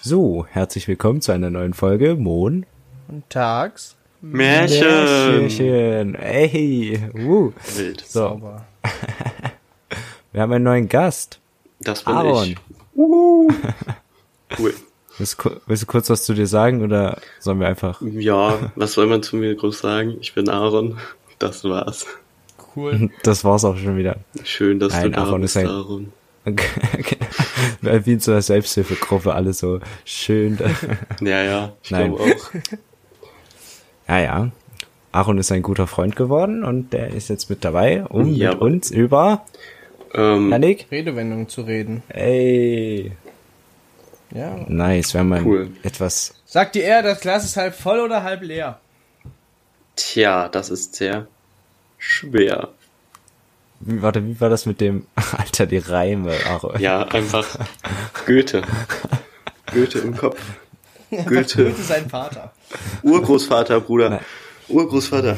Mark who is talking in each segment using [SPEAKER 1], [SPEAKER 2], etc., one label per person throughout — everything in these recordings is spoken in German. [SPEAKER 1] So, herzlich willkommen zu einer neuen Folge Mohn.
[SPEAKER 2] Und tags.
[SPEAKER 3] Märchen.
[SPEAKER 1] Märchen. Ey, uh.
[SPEAKER 3] Wild.
[SPEAKER 1] So,
[SPEAKER 2] Sauber.
[SPEAKER 1] wir haben einen neuen Gast.
[SPEAKER 3] Das bin
[SPEAKER 1] Aaron.
[SPEAKER 3] ich. Cool.
[SPEAKER 1] Willst, du ku- willst du kurz was zu dir sagen oder sollen wir einfach...
[SPEAKER 3] Ja, was soll man zu mir groß sagen? Ich bin Aaron. Das war's.
[SPEAKER 2] Cool.
[SPEAKER 1] Das war's auch schon wieder.
[SPEAKER 3] Schön, dass
[SPEAKER 1] Nein,
[SPEAKER 3] du da
[SPEAKER 1] Aaron
[SPEAKER 3] bist,
[SPEAKER 1] ist ein-
[SPEAKER 3] Aaron.
[SPEAKER 1] Genau. Wie in so einer Selbsthilfegruppe, alle so schön. da-
[SPEAKER 3] Ja, ja, ich
[SPEAKER 1] Nein.
[SPEAKER 3] glaube auch.
[SPEAKER 1] Ja, ja. Aaron ist ein guter Freund geworden und der ist jetzt mit dabei, um
[SPEAKER 3] Ja.
[SPEAKER 1] mit uns über
[SPEAKER 3] Ähm,
[SPEAKER 1] Janik.
[SPEAKER 2] Redewendungen zu reden.
[SPEAKER 1] Ey.
[SPEAKER 2] Ja.
[SPEAKER 1] Nice, wir haben ein
[SPEAKER 3] Cool.
[SPEAKER 1] etwas.
[SPEAKER 2] Sagt dir eher, das Glas ist halb voll oder halb leer?
[SPEAKER 3] tja, das ist sehr schwer.
[SPEAKER 1] Wie, warte, wie war das mit dem. Alter, die Reime, Aaron.
[SPEAKER 3] Ja, einfach Goethe. Goethe im Kopf. Goethe,
[SPEAKER 2] Goethe sein Vater.
[SPEAKER 3] Urgroßvater, Bruder. Urgroßvater.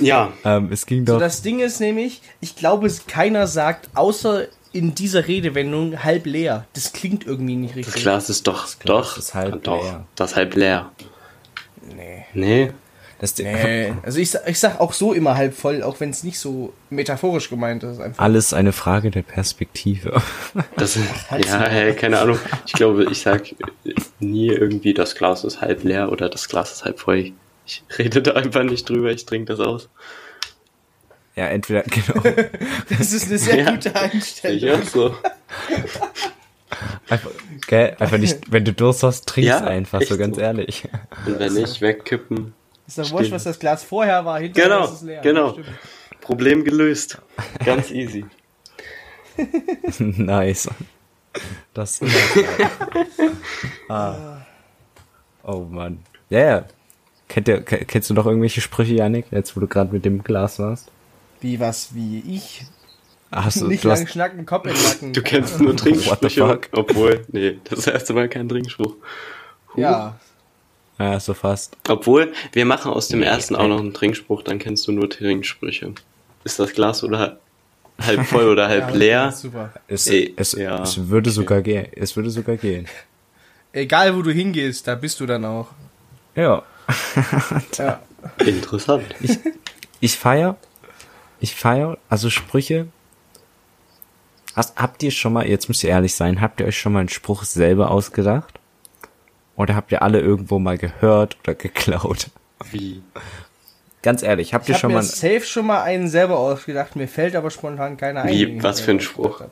[SPEAKER 3] Ja,
[SPEAKER 1] Ähm, es ging
[SPEAKER 2] So,
[SPEAKER 1] doch.
[SPEAKER 2] das Ding ist nämlich, ich glaube, es keiner sagt, außer in dieser Redewendung halb leer. Das klingt irgendwie nicht
[SPEAKER 3] das
[SPEAKER 2] richtig.
[SPEAKER 3] Glas ist doch, doch,
[SPEAKER 1] ist halb
[SPEAKER 3] doch,
[SPEAKER 1] leer.
[SPEAKER 3] das halb leer.
[SPEAKER 2] Nee.
[SPEAKER 3] Nee,
[SPEAKER 1] Das,
[SPEAKER 2] Nee. Also ich, sa- ich sag auch so immer halb voll, auch wenn es nicht so metaphorisch gemeint ist. Einfach.
[SPEAKER 1] Alles eine Frage der Perspektive.
[SPEAKER 3] Das, ja, hey, keine Ahnung. Ich glaube, ich sag nie irgendwie, das Glas ist halb leer oder das Glas ist halb voll. Ich rede da einfach nicht drüber, ich trinke das aus.
[SPEAKER 1] ja, entweder, genau.
[SPEAKER 2] Das ist eine sehr
[SPEAKER 3] Ja.
[SPEAKER 2] gute Einstellung.
[SPEAKER 3] Ja, so.
[SPEAKER 1] Einfach, gell, einfach nicht, wenn du Durst hast, trinkst
[SPEAKER 3] Ja,
[SPEAKER 1] einfach, so
[SPEAKER 3] echt
[SPEAKER 1] ganz
[SPEAKER 3] so.
[SPEAKER 1] ehrlich.
[SPEAKER 3] Und wenn
[SPEAKER 1] Also.
[SPEAKER 3] nicht, wegkippen.
[SPEAKER 2] Ist doch wurscht, was das Glas vorher war. Hinterher
[SPEAKER 3] Genau,
[SPEAKER 2] ist es leer.
[SPEAKER 3] genau.
[SPEAKER 2] Stimmt.
[SPEAKER 3] Problem gelöst. Ganz easy.
[SPEAKER 1] nice. Das. ah. Oh Mann. Ja, ja. Kennt ihr, ke- kennst du noch irgendwelche Sprüche, Janik, jetzt wo du gerade mit dem Glas warst? Ah,
[SPEAKER 2] Wie was, wie ich.
[SPEAKER 1] Hast du,
[SPEAKER 2] nicht
[SPEAKER 1] du
[SPEAKER 2] lang
[SPEAKER 1] hast,
[SPEAKER 2] schnacken, Kopf in den Nacken.
[SPEAKER 3] Du kennst nur Trinksprüche.
[SPEAKER 1] fuck?
[SPEAKER 3] Obwohl, nee, das erste Mal kein Trinkspruch.
[SPEAKER 2] Ja.
[SPEAKER 1] ja, so fast.
[SPEAKER 3] Obwohl, wir machen aus dem ersten auch noch einen Trinkspruch, dann kennst du nur Trinksprüche. Ist das Glas oder halb- halb voll oder halb
[SPEAKER 2] ja,
[SPEAKER 3] leer?
[SPEAKER 2] Super.
[SPEAKER 1] Es,
[SPEAKER 3] Ey,
[SPEAKER 1] es,
[SPEAKER 3] Äh, ja.
[SPEAKER 1] es würde sogar gehen. Es würde sogar gehen.
[SPEAKER 2] Egal, wo du hingehst, da bist du dann auch.
[SPEAKER 1] Ja.
[SPEAKER 2] Ja.
[SPEAKER 3] Interessant.
[SPEAKER 1] Ich feier. Ich feier. Also Sprüche. Hast, habt ihr schon mal, jetzt müsst ihr ehrlich sein, habt ihr euch schon mal einen Spruch selber ausgedacht? Oder habt ihr alle irgendwo mal gehört oder geklaut?
[SPEAKER 3] Wie?
[SPEAKER 1] Ganz ehrlich, habt
[SPEAKER 2] Ich
[SPEAKER 1] ihr
[SPEAKER 2] habe
[SPEAKER 1] schon
[SPEAKER 2] mir
[SPEAKER 1] mal.
[SPEAKER 2] safe schon mal einen selber ausgedacht, mir fällt aber spontan keiner ein. Äh,
[SPEAKER 3] Wie,
[SPEAKER 2] den ich
[SPEAKER 3] was
[SPEAKER 2] mir
[SPEAKER 3] für ein
[SPEAKER 2] ausgedacht
[SPEAKER 3] Spruch?
[SPEAKER 2] hab.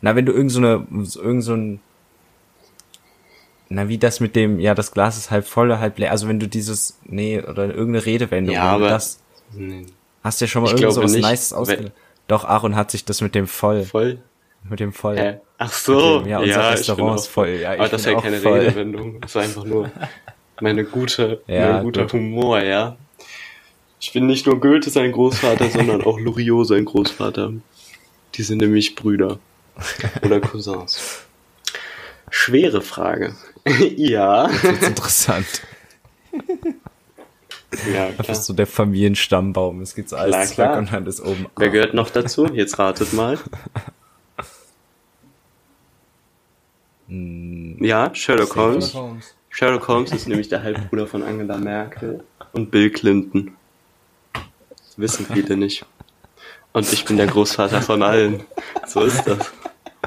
[SPEAKER 1] Na, wenn du irgend so eine, so irgend so ein, na, wie das mit dem, ja, das Glas ist halb voll, halb leer. Also wenn du dieses, nee, oder irgendeine Redewendung,
[SPEAKER 3] Ja,
[SPEAKER 1] wenn du
[SPEAKER 3] aber-
[SPEAKER 1] das,
[SPEAKER 3] Nee.
[SPEAKER 1] hast du ja schon mal
[SPEAKER 3] Ich
[SPEAKER 1] irgend
[SPEAKER 3] glaube
[SPEAKER 1] so was
[SPEAKER 3] nicht,
[SPEAKER 1] Nices ausgedacht.
[SPEAKER 3] weil-
[SPEAKER 1] Doch, Aaron hat sich das mit dem voll,
[SPEAKER 3] Voll?
[SPEAKER 1] mit dem voll.
[SPEAKER 3] Hä? Äh, Ach so.
[SPEAKER 1] Mit dem- ja, unser
[SPEAKER 3] ich
[SPEAKER 1] Restaurant
[SPEAKER 3] bin auch
[SPEAKER 1] ist voll. Ja, ich
[SPEAKER 3] aber das ist
[SPEAKER 1] bin
[SPEAKER 3] ja
[SPEAKER 1] auch
[SPEAKER 3] keine
[SPEAKER 1] voll.
[SPEAKER 3] Redewendung. Das ist einfach nur meine gute,
[SPEAKER 1] Ja,
[SPEAKER 3] mein guter
[SPEAKER 1] gut.
[SPEAKER 3] Humor, ja. Ich bin nicht nur Goethe sein Großvater, sondern auch Loriot sein Großvater. Die sind nämlich Brüder. Oder Cousins. Schwere Frage. ja.
[SPEAKER 1] Das ist interessant.
[SPEAKER 3] Ja,
[SPEAKER 1] Das ist
[SPEAKER 3] klar.
[SPEAKER 1] so der Familienstammbaum. Es geht so alles
[SPEAKER 3] Klar,
[SPEAKER 1] zack
[SPEAKER 3] klar.
[SPEAKER 1] und dann ist oben.
[SPEAKER 3] Wer gehört noch dazu? Jetzt ratet mal.
[SPEAKER 1] Hm.
[SPEAKER 3] Ja, Sherlock Holmes.
[SPEAKER 2] Holmes.
[SPEAKER 3] Sherlock Holmes ist nämlich der Halbbruder von Angela Merkel und Bill Clinton. Das wissen viele nicht. Und ich bin der Großvater von allen. So ist das.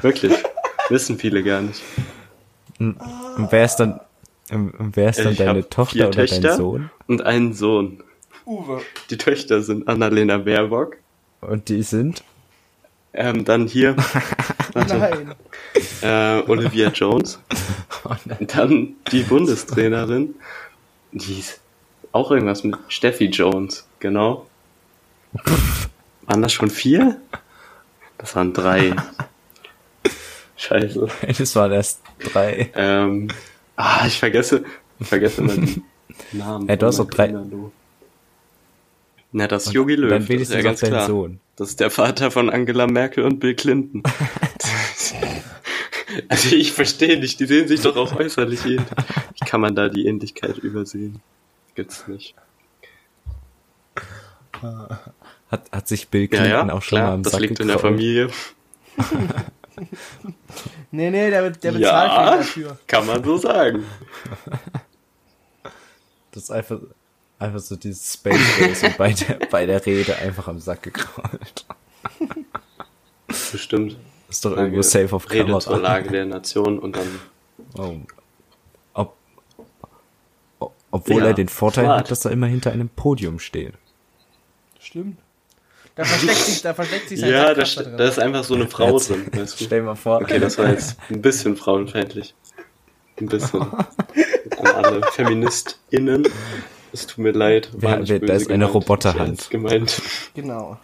[SPEAKER 3] Wirklich. Wissen viele gar nicht.
[SPEAKER 1] Und wer ist dann, und wer ist dann
[SPEAKER 3] Ich
[SPEAKER 1] deine
[SPEAKER 3] hab vier
[SPEAKER 1] Tochter oder
[SPEAKER 3] Töchter
[SPEAKER 1] dein Sohn?
[SPEAKER 3] Und einen Sohn.
[SPEAKER 2] Uwe.
[SPEAKER 3] Die Töchter sind Annalena Baerbock.
[SPEAKER 1] Und die sind?
[SPEAKER 3] Ähm, dann hier
[SPEAKER 2] Nein.
[SPEAKER 3] äh, Olivia Jones.
[SPEAKER 1] Oh,
[SPEAKER 3] Dann die Bundestrainerin. Die ist auch irgendwas mit Steffi Jones, genau. Waren das schon vier? Das waren drei. Scheiße.
[SPEAKER 1] Das waren erst drei.
[SPEAKER 3] Ähm, ah, ich vergesse, ich vergesse immer die Namen.
[SPEAKER 1] Ja, du hast
[SPEAKER 3] von
[SPEAKER 1] doch drei-
[SPEAKER 3] Kindern, du. Na, das ist Yogi Löw.
[SPEAKER 1] dann
[SPEAKER 3] das ist
[SPEAKER 1] wenigstens
[SPEAKER 3] ja
[SPEAKER 1] auch
[SPEAKER 3] ganz
[SPEAKER 1] dein
[SPEAKER 3] klar.
[SPEAKER 1] Sohn.
[SPEAKER 3] Das ist der Vater von Angela Merkel und Bill Clinton. also ich verstehe nicht, die sehen sich doch auch äußerlich ähnlich. Wie kann man da die Ähnlichkeit übersehen? Gibt's nicht.
[SPEAKER 1] Hat, hat sich Bill
[SPEAKER 3] Ja,
[SPEAKER 1] Clinton
[SPEAKER 3] ja,
[SPEAKER 1] auch schon mal
[SPEAKER 3] klar,
[SPEAKER 1] am
[SPEAKER 3] das
[SPEAKER 1] Sack
[SPEAKER 3] liegt in der
[SPEAKER 1] gekrault?
[SPEAKER 3] Familie.
[SPEAKER 2] Nee, nee, der, der bezahlt viel
[SPEAKER 3] ja,
[SPEAKER 2] dafür.
[SPEAKER 3] kann man so sagen.
[SPEAKER 1] Das ist einfach, einfach so dieses Space Race und bei der, bei der Rede einfach am Sack gekrault.
[SPEAKER 3] Bestimmt.
[SPEAKER 1] Ist doch irgendwo safe auf
[SPEAKER 3] Rede zur
[SPEAKER 1] Kamera.
[SPEAKER 3] Lage der Nation und dann
[SPEAKER 1] Oh. Ob, ob, obwohl
[SPEAKER 3] Ja,
[SPEAKER 1] er den Vorteil
[SPEAKER 3] smart.
[SPEAKER 1] hat, dass er immer hinter einem Podium steht.
[SPEAKER 2] Stimmt. Da versteckt sich, da versteckt sich sein
[SPEAKER 3] Ja, da,
[SPEAKER 2] Sackkasten
[SPEAKER 3] st- da ist einfach so eine Frau drin. Weißt du?
[SPEAKER 1] Stell dir mal vor.
[SPEAKER 3] Okay, das war jetzt ein bisschen frauenfeindlich. Ein bisschen. An alle FeministInnen. Es tut mir leid. war
[SPEAKER 1] Wer-
[SPEAKER 3] nicht
[SPEAKER 1] wer- da
[SPEAKER 3] böse
[SPEAKER 1] ist eine
[SPEAKER 3] gemeint.
[SPEAKER 1] Roboterhand.
[SPEAKER 3] Ich hab's Gemeint.
[SPEAKER 2] Genau.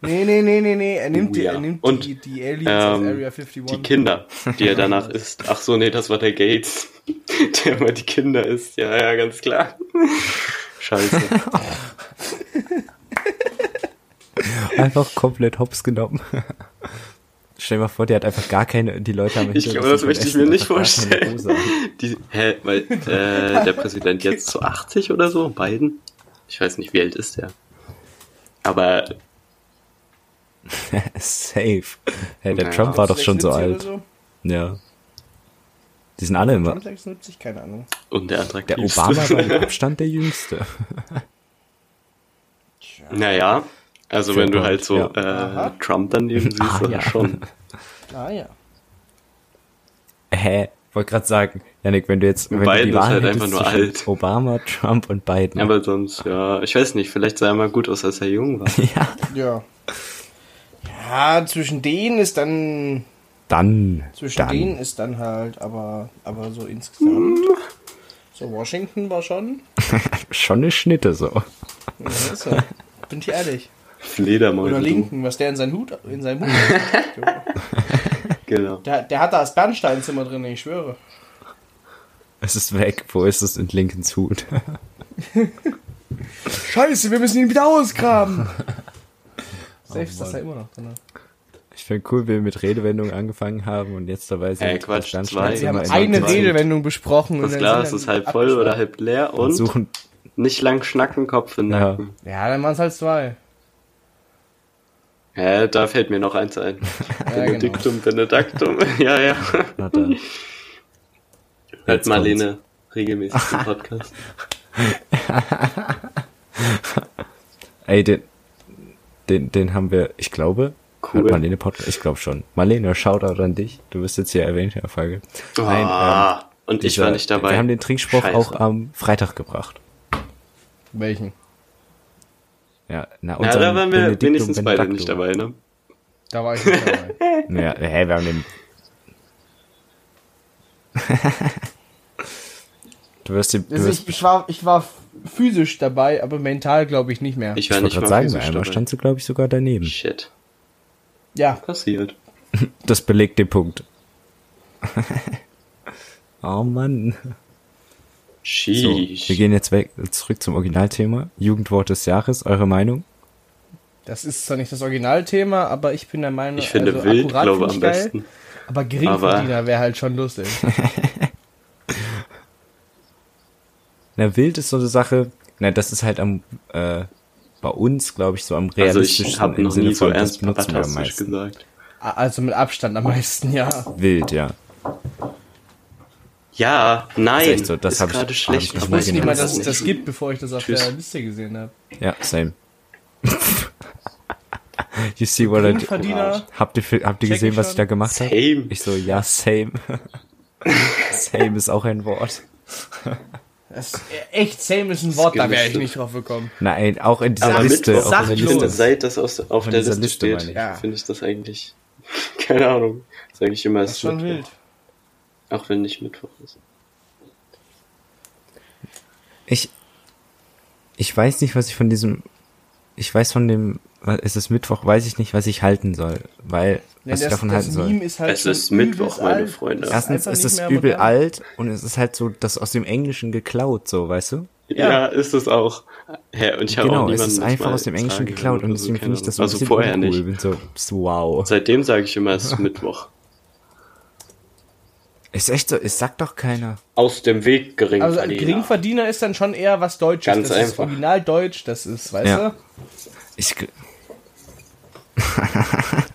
[SPEAKER 2] Nee, nee, nee, nee, nee. Er nimmt, die,
[SPEAKER 3] Ja.
[SPEAKER 2] er nimmt
[SPEAKER 3] Und,
[SPEAKER 2] die, die Aliens aus
[SPEAKER 3] ähm,
[SPEAKER 2] Area 51.
[SPEAKER 3] Die Kinder, die er danach isst. Ach so, nee, das war der Gates, der immer die Kinder isst. Ja, ja, ganz klar. Scheiße.
[SPEAKER 1] Einfach komplett hops genommen. Stell dir mal vor, der hat einfach gar keine, die Leute haben
[SPEAKER 3] Ich
[SPEAKER 1] hinter
[SPEAKER 3] glaube, das
[SPEAKER 1] sich
[SPEAKER 3] möchte ich
[SPEAKER 1] und
[SPEAKER 3] mir
[SPEAKER 1] essen
[SPEAKER 3] nicht
[SPEAKER 1] einfach gar keine
[SPEAKER 3] vorstellen.
[SPEAKER 1] Hose an.
[SPEAKER 3] Die, hä, weil äh, der Präsident jetzt zu 80 oder so, Biden? Ich weiß nicht, wie alt ist der. Aber
[SPEAKER 1] Safe. Hey, der
[SPEAKER 3] Naja.
[SPEAKER 1] Trump war doch schon so
[SPEAKER 2] 76
[SPEAKER 1] alt.
[SPEAKER 2] oder So?
[SPEAKER 1] Ja. Die sind alle immer.
[SPEAKER 2] Trump 76, keine Ahnung.
[SPEAKER 3] und der
[SPEAKER 1] Der
[SPEAKER 3] attraktivste.
[SPEAKER 1] Obama war mit Abstand der Jüngste.
[SPEAKER 3] Naja, also
[SPEAKER 1] Fair
[SPEAKER 3] wenn du
[SPEAKER 1] point,
[SPEAKER 3] halt so
[SPEAKER 1] ja.
[SPEAKER 3] äh, Trump daneben siehst,
[SPEAKER 1] Ah,
[SPEAKER 3] dann
[SPEAKER 1] ja.
[SPEAKER 3] schon.
[SPEAKER 2] Ah ja.
[SPEAKER 1] Hä? Wollte gerade sagen, Janik, wenn du jetzt wenn du
[SPEAKER 3] Biden
[SPEAKER 1] die
[SPEAKER 3] ist
[SPEAKER 1] Wahl
[SPEAKER 3] halt
[SPEAKER 1] hättest
[SPEAKER 3] einfach nur
[SPEAKER 1] zwischen
[SPEAKER 3] alt.
[SPEAKER 1] Obama, Trump und Biden.
[SPEAKER 3] Aber sonst, ja, ich weiß nicht, vielleicht sah er mal gut aus, als er jung war.
[SPEAKER 1] ja.
[SPEAKER 2] Ja. Ja, zwischen denen ist dann.
[SPEAKER 1] Dann.
[SPEAKER 2] Zwischen
[SPEAKER 1] dann.
[SPEAKER 2] denen ist dann halt, aber, aber so insgesamt. So, Washington war schon.
[SPEAKER 1] Schon eine Schnitte so.
[SPEAKER 2] Ja, ist er. Bin ich ehrlich.
[SPEAKER 3] Fledermäuse.
[SPEAKER 2] Oder
[SPEAKER 3] du.
[SPEAKER 2] Lincoln, was der in seinen Hut, in seinem Hut hat.
[SPEAKER 3] Genau.
[SPEAKER 2] Der, der hat da das Bernsteinzimmer drin, ich schwöre.
[SPEAKER 1] Es ist weg. Wo ist es in Lincolns Hut?
[SPEAKER 2] Scheiße, wir müssen ihn wieder ausgraben. Safe ist das
[SPEAKER 3] Oh
[SPEAKER 1] Mann.
[SPEAKER 2] ja immer noch drin.
[SPEAKER 1] Ich finde cool, wie wir mit Redewendungen angefangen haben und jetzt dabei sind.
[SPEAKER 3] Äh, Quatsch,
[SPEAKER 1] Dann schneiden
[SPEAKER 3] zwei.
[SPEAKER 2] Wir
[SPEAKER 3] Wir
[SPEAKER 2] haben
[SPEAKER 1] mal in
[SPEAKER 2] eine
[SPEAKER 1] Lincolns Hut
[SPEAKER 2] Redewendung besprochen.
[SPEAKER 3] Das
[SPEAKER 2] dann
[SPEAKER 3] Glas
[SPEAKER 2] sind
[SPEAKER 3] ist
[SPEAKER 2] dann
[SPEAKER 3] halb voll oder
[SPEAKER 2] abgesprochen.
[SPEAKER 3] halb leer
[SPEAKER 1] und
[SPEAKER 3] und
[SPEAKER 1] suchen.
[SPEAKER 3] nicht lang schnacken, Kopf in den
[SPEAKER 1] Ja.
[SPEAKER 3] Nacken.
[SPEAKER 2] Ja, dann waren es halt zwei.
[SPEAKER 3] Hä, da fällt mir noch eins ein.
[SPEAKER 2] Ja, genau.
[SPEAKER 3] Benediktum, Benedaktum. Ja, ja.
[SPEAKER 1] Na dann.
[SPEAKER 3] Hört
[SPEAKER 1] Jetzt
[SPEAKER 3] Marlene regelmäßig den Podcast.
[SPEAKER 1] Ey, den, den, den haben wir, ich glaube,
[SPEAKER 3] Cool.
[SPEAKER 1] hört Marlene Podcast, ich glaube schon. Marlene, Shoutout an dich. Du wirst jetzt hier erwähnt in der Folge. Nein, ähm,
[SPEAKER 3] Ah, und ich
[SPEAKER 1] dieser-
[SPEAKER 3] war nicht dabei.
[SPEAKER 1] Wir haben den Trinkspruch
[SPEAKER 3] Scheiße.
[SPEAKER 1] auch am Freitag gebracht.
[SPEAKER 2] Welchen?
[SPEAKER 1] Ja, na,
[SPEAKER 3] Na,
[SPEAKER 1] unseren
[SPEAKER 3] da waren wir
[SPEAKER 1] Benediktum
[SPEAKER 3] wenigstens beide
[SPEAKER 1] Benedaktum.
[SPEAKER 3] nicht dabei, ne?
[SPEAKER 2] Da war ich nicht dabei.
[SPEAKER 1] Ja, hä, wir haben den. du wirst die, du
[SPEAKER 2] Also
[SPEAKER 1] wirst,
[SPEAKER 2] ich, ich, war, ich war physisch dabei, aber mental glaube ich nicht mehr.
[SPEAKER 3] Ich
[SPEAKER 1] ich
[SPEAKER 3] war
[SPEAKER 1] wollte
[SPEAKER 3] nicht
[SPEAKER 1] gerade
[SPEAKER 3] mal
[SPEAKER 1] sagen, bei
[SPEAKER 3] physisch
[SPEAKER 1] einmal
[SPEAKER 3] dabei.
[SPEAKER 1] standst du, glaube ich, sogar daneben.
[SPEAKER 3] Shit,
[SPEAKER 2] Ja,
[SPEAKER 3] Hm. passiert.
[SPEAKER 1] Das belegt den Punkt. oh Mann. So,
[SPEAKER 3] Sheesh.
[SPEAKER 1] wir gehen jetzt weg, zurück zum Originalthema. Jugendwort des Jahres, eure Meinung?
[SPEAKER 2] das ist zwar nicht das Originalthema, aber ich bin der Meinung, also
[SPEAKER 3] ich
[SPEAKER 1] Also
[SPEAKER 3] finde wild,
[SPEAKER 2] akkurat
[SPEAKER 3] glaube
[SPEAKER 2] find ich
[SPEAKER 3] am
[SPEAKER 2] geil,
[SPEAKER 3] besten.
[SPEAKER 2] Aber Geringverdiener wäre halt schon lustig.
[SPEAKER 1] Na, wild ist so eine Sache, na, das ist halt am, äh, bei uns, glaube ich, so am
[SPEAKER 3] Also
[SPEAKER 1] realistischsten
[SPEAKER 3] ich habe
[SPEAKER 1] im
[SPEAKER 3] noch
[SPEAKER 1] Sinne
[SPEAKER 3] nie so
[SPEAKER 1] von, das
[SPEAKER 3] ernst
[SPEAKER 1] benutzen wir am
[SPEAKER 3] patastisch
[SPEAKER 1] meisten.
[SPEAKER 3] gesagt.
[SPEAKER 2] A- Also mit Abstand am meisten, ja.
[SPEAKER 1] Wild, ja.
[SPEAKER 3] Ja, nein,
[SPEAKER 1] Das
[SPEAKER 3] ist,
[SPEAKER 1] ist echt so, das hab ich- hab
[SPEAKER 3] gerade
[SPEAKER 1] ich nicht
[SPEAKER 3] schlecht. aber
[SPEAKER 1] mal
[SPEAKER 2] Ich wusste nicht mal,
[SPEAKER 1] Original.
[SPEAKER 2] dass es
[SPEAKER 3] genau, nicht.
[SPEAKER 2] das gibt, bevor ich das auf
[SPEAKER 3] Tschüss.
[SPEAKER 2] der Liste gesehen habe.
[SPEAKER 1] Ja, same. you see what I did?
[SPEAKER 2] Geringverdiener.
[SPEAKER 1] Habt ihr, fi- habt ihr
[SPEAKER 2] Check
[SPEAKER 1] gesehen,
[SPEAKER 2] ich
[SPEAKER 1] was
[SPEAKER 2] schon.
[SPEAKER 1] ich da gemacht habe?
[SPEAKER 3] Same.
[SPEAKER 1] Ich so, ja, same. same ist auch ein Wort.
[SPEAKER 2] Das ist echt same ist ein Wort, da wäre ich
[SPEAKER 3] gelistet.
[SPEAKER 2] nicht drauf gekommen.
[SPEAKER 1] Nein, auch in dieser
[SPEAKER 3] Aber
[SPEAKER 1] Liste.
[SPEAKER 3] Mittwoch,
[SPEAKER 1] Auch in der
[SPEAKER 3] ich finde,
[SPEAKER 1] Liste.
[SPEAKER 3] seit das aus, auf
[SPEAKER 1] Von
[SPEAKER 3] der
[SPEAKER 1] dieser
[SPEAKER 3] Liste,
[SPEAKER 1] Liste
[SPEAKER 3] steht,
[SPEAKER 1] meine ich.
[SPEAKER 2] Ja.
[SPEAKER 3] finde ich das eigentlich, keine Ahnung, sage ich immer, es
[SPEAKER 2] Das
[SPEAKER 3] ist
[SPEAKER 2] ist schon
[SPEAKER 3] Mittwoch,
[SPEAKER 2] wild.
[SPEAKER 3] auch wenn nicht Mittwoch ist.
[SPEAKER 1] Ich, ich weiß nicht, was ich von diesem, ich weiß von dem, was- ist es Mittwoch, weiß ich nicht, was ich halten soll, weil,
[SPEAKER 2] Nee,
[SPEAKER 1] was ich
[SPEAKER 2] das,
[SPEAKER 1] davon
[SPEAKER 2] das
[SPEAKER 1] halten
[SPEAKER 2] Meme
[SPEAKER 1] soll.
[SPEAKER 2] ist halt
[SPEAKER 3] Es
[SPEAKER 2] schon
[SPEAKER 3] ist Mittwoch,
[SPEAKER 2] übelst
[SPEAKER 3] meine
[SPEAKER 2] alt.
[SPEAKER 3] Freunde.
[SPEAKER 2] Das
[SPEAKER 1] Erstens
[SPEAKER 2] einfach
[SPEAKER 1] ist
[SPEAKER 2] nicht
[SPEAKER 1] es
[SPEAKER 2] mehr
[SPEAKER 1] übel
[SPEAKER 2] modern.
[SPEAKER 1] alt und es ist halt so, das aus dem Englischen geklaut, so, weißt du?
[SPEAKER 3] Ja, ist es auch. Hä, und ich habe
[SPEAKER 1] genau,
[SPEAKER 3] auch
[SPEAKER 1] es
[SPEAKER 3] niemanden
[SPEAKER 1] ist
[SPEAKER 3] das
[SPEAKER 1] einfach
[SPEAKER 3] mal
[SPEAKER 1] aus dem Englischen
[SPEAKER 3] sagen
[SPEAKER 1] geklaut
[SPEAKER 3] hören
[SPEAKER 1] und
[SPEAKER 3] oder so,
[SPEAKER 1] deswegen
[SPEAKER 3] keine
[SPEAKER 1] finde ich das so
[SPEAKER 3] Ahnung. Also vorher
[SPEAKER 1] uncool.
[SPEAKER 3] nicht.
[SPEAKER 1] Bin so, pss, wow.
[SPEAKER 3] Seitdem sage ich immer, es ist Mittwoch.
[SPEAKER 1] Ist echt so, es sagt doch keiner.
[SPEAKER 3] Aus dem Weg gering
[SPEAKER 2] Also ein Geringverdiener ist dann schon eher was Deutsches.
[SPEAKER 3] Ganz
[SPEAKER 2] das ist
[SPEAKER 3] einfach.
[SPEAKER 2] original deutsch, das ist, weißt
[SPEAKER 1] Ja.
[SPEAKER 2] du?
[SPEAKER 1] Ich, gl-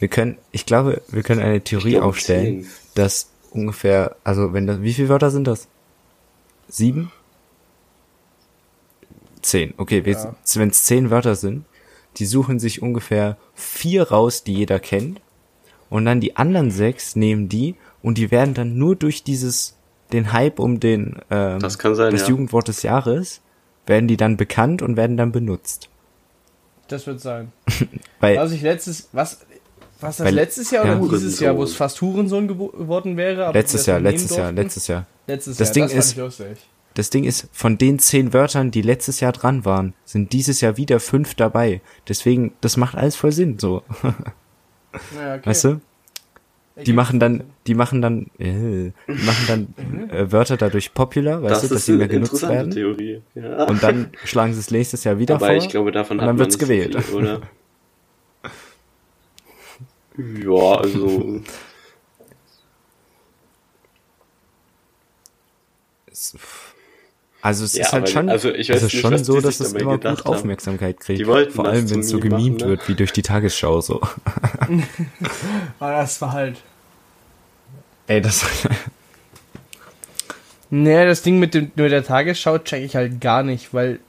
[SPEAKER 1] Wir können, ich glaube, wir können eine Theorie
[SPEAKER 3] glaube,
[SPEAKER 1] aufstellen,
[SPEAKER 3] zehn.
[SPEAKER 1] dass ungefähr, also wenn das, wie viele Wörter sind das? Sieben? Zehn. Okay,
[SPEAKER 2] Ja.
[SPEAKER 1] wenn es zehn Wörter sind, die suchen sich ungefähr vier raus, die jeder kennt, und dann die anderen sechs nehmen die und die werden dann nur durch dieses den Hype um den ähm,
[SPEAKER 3] Das kann sein,
[SPEAKER 1] das
[SPEAKER 3] ja.
[SPEAKER 1] Jugendwort des Jahres werden die dann bekannt und werden dann benutzt.
[SPEAKER 2] Das wird sein.
[SPEAKER 1] Weil
[SPEAKER 3] Also
[SPEAKER 2] Was ich letztes, was, was das
[SPEAKER 1] Äh, Weil-
[SPEAKER 2] letztes Jahr oder
[SPEAKER 1] ja.
[SPEAKER 2] dieses Jahr, wo es fast Hurensohn gebo- geworden wäre? Aber
[SPEAKER 1] letztes
[SPEAKER 2] wir
[SPEAKER 1] Jahr,
[SPEAKER 2] das nicht
[SPEAKER 1] letztes
[SPEAKER 2] nehmen
[SPEAKER 1] Jahr,
[SPEAKER 2] durften?
[SPEAKER 1] letztes Jahr.
[SPEAKER 2] letztes
[SPEAKER 1] das
[SPEAKER 2] Jahr.
[SPEAKER 1] Ding
[SPEAKER 2] das
[SPEAKER 1] ist-
[SPEAKER 2] fand ich lustig.
[SPEAKER 1] Das Ding ist, von den zehn Wörtern, die letztes Jahr dran waren, sind dieses Jahr wieder fünf dabei. Deswegen, das macht alles voll Sinn, so.
[SPEAKER 2] Naja, okay.
[SPEAKER 1] Weißt du? Die machen dann, die machen dann, äh, die machen dann
[SPEAKER 2] Mhm.
[SPEAKER 1] äh, Wörter dadurch popular, weißt
[SPEAKER 3] Das
[SPEAKER 1] du, dass
[SPEAKER 3] ist
[SPEAKER 1] sie
[SPEAKER 3] eine
[SPEAKER 1] mehr genutzt
[SPEAKER 3] interessante
[SPEAKER 1] werden.
[SPEAKER 3] Theorie. Ja.
[SPEAKER 1] Und dann schlagen sie es nächstes Jahr wieder
[SPEAKER 3] Aber
[SPEAKER 1] vor.
[SPEAKER 3] ich glaube, davon
[SPEAKER 1] und
[SPEAKER 3] hat
[SPEAKER 1] dann
[SPEAKER 3] man
[SPEAKER 1] wird's
[SPEAKER 3] nicht so
[SPEAKER 1] gewählt.
[SPEAKER 3] Viel, oder? ja, also
[SPEAKER 1] Also es
[SPEAKER 3] Ja,
[SPEAKER 1] ist halt
[SPEAKER 3] aber-
[SPEAKER 1] schon,
[SPEAKER 3] also ich weiß
[SPEAKER 1] es ist
[SPEAKER 3] nicht,
[SPEAKER 1] schon
[SPEAKER 3] was die
[SPEAKER 1] so,
[SPEAKER 3] sich
[SPEAKER 1] dass es
[SPEAKER 3] dabei
[SPEAKER 1] immer
[SPEAKER 3] gedacht
[SPEAKER 1] gut
[SPEAKER 3] haben.
[SPEAKER 1] Aufmerksamkeit kriegt.
[SPEAKER 3] Die wollten
[SPEAKER 1] Vor
[SPEAKER 3] das
[SPEAKER 1] allem,
[SPEAKER 3] zum
[SPEAKER 1] wenn es so
[SPEAKER 3] Meme machen,
[SPEAKER 1] gemimt
[SPEAKER 3] ne?
[SPEAKER 1] wird, wie durch die Tagesschau, so.
[SPEAKER 2] Ah, das war halt.
[SPEAKER 1] Ey, das,
[SPEAKER 2] Naja, das Ding mit, dem, mit der Tagesschau check ich halt gar nicht, weil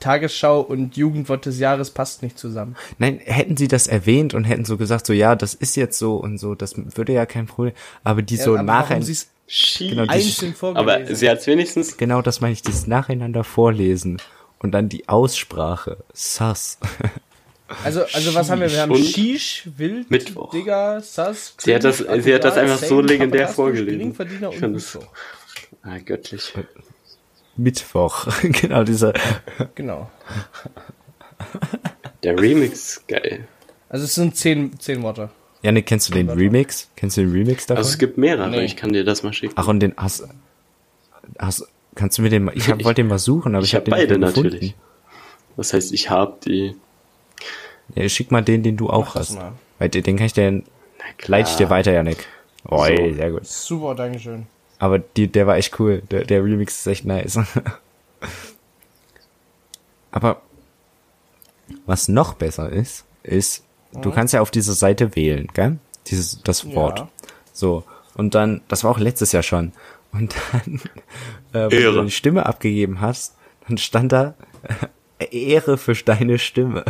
[SPEAKER 2] Tagesschau und Jugendwort des Jahres passt nicht zusammen.
[SPEAKER 1] Nein, hätten sie das erwähnt und hätten so gesagt, so ja, das ist jetzt so und so, das würde ja kein Problem. Aber die so
[SPEAKER 2] aber warum
[SPEAKER 1] nachher,
[SPEAKER 2] sie's
[SPEAKER 3] Shit.
[SPEAKER 1] Genau, die-
[SPEAKER 2] einzeln vorgelesen.
[SPEAKER 3] aber sie hat wenigstens
[SPEAKER 1] genau das meine ich, dieses Nacheinander vorlesen und dann die Aussprache, sass.
[SPEAKER 2] also, also was haben wir? Wir haben
[SPEAKER 3] Und-
[SPEAKER 2] Shish, Wild,
[SPEAKER 3] Mittwoch.
[SPEAKER 2] Digga, Sass.
[SPEAKER 3] Sie hat das-
[SPEAKER 2] Kündig,
[SPEAKER 3] sie hat das
[SPEAKER 2] Apodal,
[SPEAKER 3] einfach so
[SPEAKER 2] Sane,
[SPEAKER 3] legendär
[SPEAKER 2] Papadastisch,
[SPEAKER 3] vorgelesen.
[SPEAKER 2] Geringverdiener
[SPEAKER 3] Ich
[SPEAKER 2] und
[SPEAKER 3] fand das-
[SPEAKER 2] Gusto.
[SPEAKER 3] ah, göttlich.
[SPEAKER 1] Mittwoch, genau dieser.
[SPEAKER 2] Genau.
[SPEAKER 3] Der Remix, geil.
[SPEAKER 2] Also es sind zehn, zehn Worte.
[SPEAKER 1] Janik, kennst du den Remix? Kennst du den Remix davon?
[SPEAKER 3] Also es gibt mehrere,
[SPEAKER 2] Nee.
[SPEAKER 3] ich kann dir das mal schicken.
[SPEAKER 1] Ach und den Ass. Ass kannst du mir den? mal- Ich hab, wollte den mal suchen, aber ich,
[SPEAKER 3] ich
[SPEAKER 1] hab
[SPEAKER 3] habe
[SPEAKER 1] den nicht
[SPEAKER 3] beide
[SPEAKER 1] mehr gefunden.
[SPEAKER 3] natürlich. Das heißt, ich habe die.
[SPEAKER 1] Ja, schick mal den, den du auch
[SPEAKER 2] Mach das
[SPEAKER 1] hast.
[SPEAKER 2] mal.
[SPEAKER 1] Weil den den kann ich dir, leite ich dir weiter, Janik. Oh,
[SPEAKER 3] Ah. So.
[SPEAKER 1] sehr gut.
[SPEAKER 2] Super, Dankeschön.
[SPEAKER 1] Aber die, der war echt cool. Der, der Remix ist echt nice. Aber was noch besser ist, ist, du kannst ja auf dieser Seite wählen, gell? Dieses, das Wort.
[SPEAKER 2] Ja.
[SPEAKER 1] So. Und dann, das war auch letztes Jahr schon. Und dann, äh, wenn du
[SPEAKER 3] Ehre.
[SPEAKER 1] deine Stimme abgegeben hast, dann stand da äh, Ehre für deine Stimme.